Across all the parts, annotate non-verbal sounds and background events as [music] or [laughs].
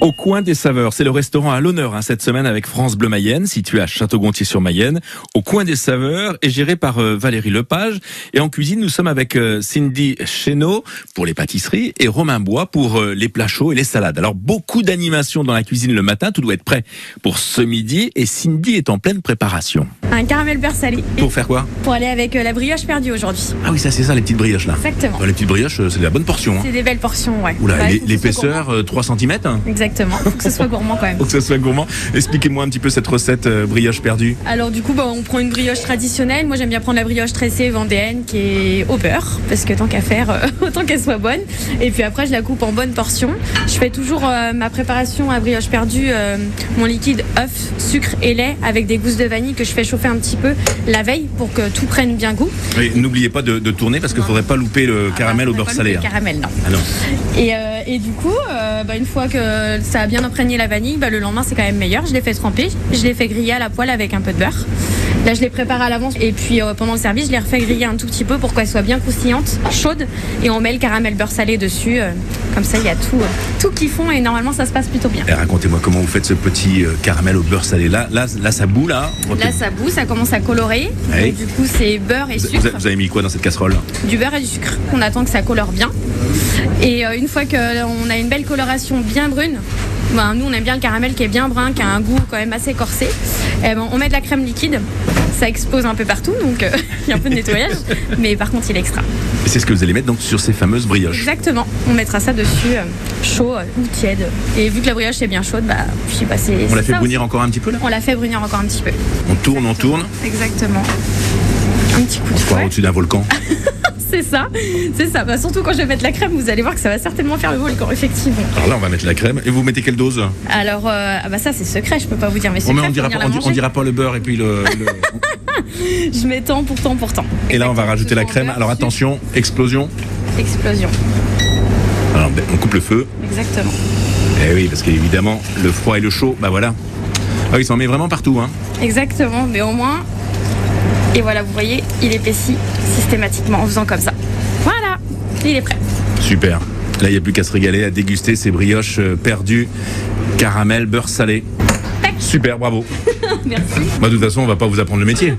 Au coin des saveurs, c'est le restaurant à l'honneur hein, cette semaine avec France Bleu Mayenne, situé à Château-Gontier-sur-Mayenne. Au coin des saveurs est géré par euh, Valérie Lepage. Et en cuisine, nous sommes avec euh, Cindy Chénaud pour les pâtisseries et Romain Bois pour euh, les plats chauds et les salades. Alors beaucoup d'animations dans la cuisine le matin, tout doit être prêt pour ce midi et Cindy est en pleine préparation. Un caramel beurre salé Pour faire quoi pour aller avec euh, la brioche perdue aujourd'hui. Ah oui, ça c'est ça les petites brioches là. Exactement. Les petites brioches, euh, c'est de la bonne portion. hein. C'est des belles portions, ouais. Oula, Ouais, l'é- faut que ce soit l'épaisseur, euh, 3 cm gourmand. Exactement, faut que ce soit gourmand quand même. [laughs] Pour que ça soit gourmand, expliquez-moi un petit peu cette recette euh, brioche perdue. Alors du coup, bah, on prend une brioche traditionnelle. Moi, j'aime bien prendre la brioche tressée vendéenne qui est au beurre, parce que tant qu'à faire, euh, [laughs] autant qu'elle soit bonne. Et puis après, je la coupe en bonnes portions. Je fais toujours euh, ma préparation à brioche perdue, euh, mon liquide œuf, sucre et lait avec des gousses de vanille que je fais chauffer un petit peu la veille pour que tout prenne bien goût. Et n'oubliez pas de, de tourner parce qu'il ne faudrait pas louper le caramel au On n'a beurre Ah, pas salé. loupé le hein. Caramel, non. Ah non. Et, euh, et du coup, euh, bah, une fois que ça a bien imprégné la vanille, bah, le lendemain c'est quand même meilleur. Je l'ai fait tremper, je l'ai fait griller à la poêle avec un peu de beurre. Là, je les prépare à l'avance et puis euh, pendant le service, je les refais griller un tout petit peu pour qu'elles soient bien croustillantes, chaudes. Et on met le caramel beurre salé dessus. euh, comme ça, il y a tout, euh, tout qui fond et normalement ça se passe plutôt bien. Et Eh, racontez-moi comment vous faites ce petit euh, caramel au beurre salé. Là, là, là ça bout là. hein. Là, ça boue, ça commence à colorer. Ouais. Donc, du coup, c'est beurre et Vous- sucre. vous, avez- vous avez mis quoi dans cette casserole du beurre et du sucre. On attend que ça colore bien. Et euh, une fois qu'on a une belle coloration bien brune, ben, nous on aime bien le caramel qui est bien brun, qui a un goût quand même assez corsé. Eh ben, on met de la crème liquide, ça expose un peu partout, donc euh, [laughs] il y a un peu de nettoyage, mais par contre il est extra. Et c'est ce que vous allez mettre donc sur ces fameuses brioches. Exactement, on mettra ça dessus, euh, chaud euh, ou tiède. Et vu que la brioche est bien chaude, bah, je sais pas, c'est. On la c'est fait ça brunir encore un petit peu là aussi. On la fait brunir encore un petit peu. On tourne, on tourne. Exactement. Un petit coup de On se croit fouet. au-dessus d'un [laughs] volcan. C'est ça, c'est ça. Bah, surtout quand je vais mettre la crème, vous allez voir que ça va certainement faire le volcan, effectivement. Alors là, on va mettre la crème. Et vous mettez quelle dose Alors, euh, ah bah ça c'est secret, je peux pas vous dire, mais c'est Oh, on, met- on dira pas, on, di- on dira pas le beurre et puis le. [laughs] le- Je mets tant, pourtant, pourtant. et là, on va Exactement, rajouter la toujours crème. beurre, Alors sucre, attention, explosion. Explosion, Alors, ben, on coupe le feu. exactement. Eh oui, parce qu'évidemment, le froid et le chaud, bah voilà. Ah oui, ça en met vraiment partout. Hein. Exactement, mais au moins. Et voilà, vous voyez, il épaissit systématiquement en faisant comme ça. Voilà, il est prêt. Super. Là, il n'y a plus qu'à se régaler, à déguster ces brioches euh, perdues, caramel, beurre salé. Tac. Super, bravo. Merci. Bah, de toute façon, on va pas vous apprendre le métier.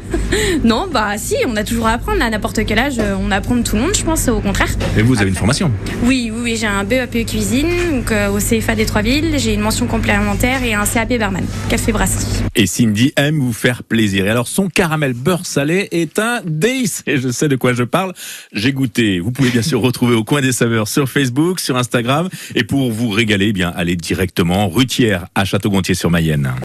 Non, bah si, on a toujours à apprendre à n'importe quel âge, euh, on apprend de tout le monde, je pense, au contraire. Et vous, vous avez une formation. Oui, oui, oui, j'ai un BEP E cuisine donc, euh, au CFA des Trois-Villes, j'ai une mention complémentaire et un CAP barman, café brasserie. Et Cindy aime vous faire plaisir. Et alors, son caramel beurre salé est un délice. Et je sais de quoi je parle. J'ai goûté. Vous pouvez bien sûr retrouver au coin des saveurs sur Facebook, sur Instagram. Et pour vous régaler, eh bien, allez directement rutière à Château-Gontier sur Mayenne.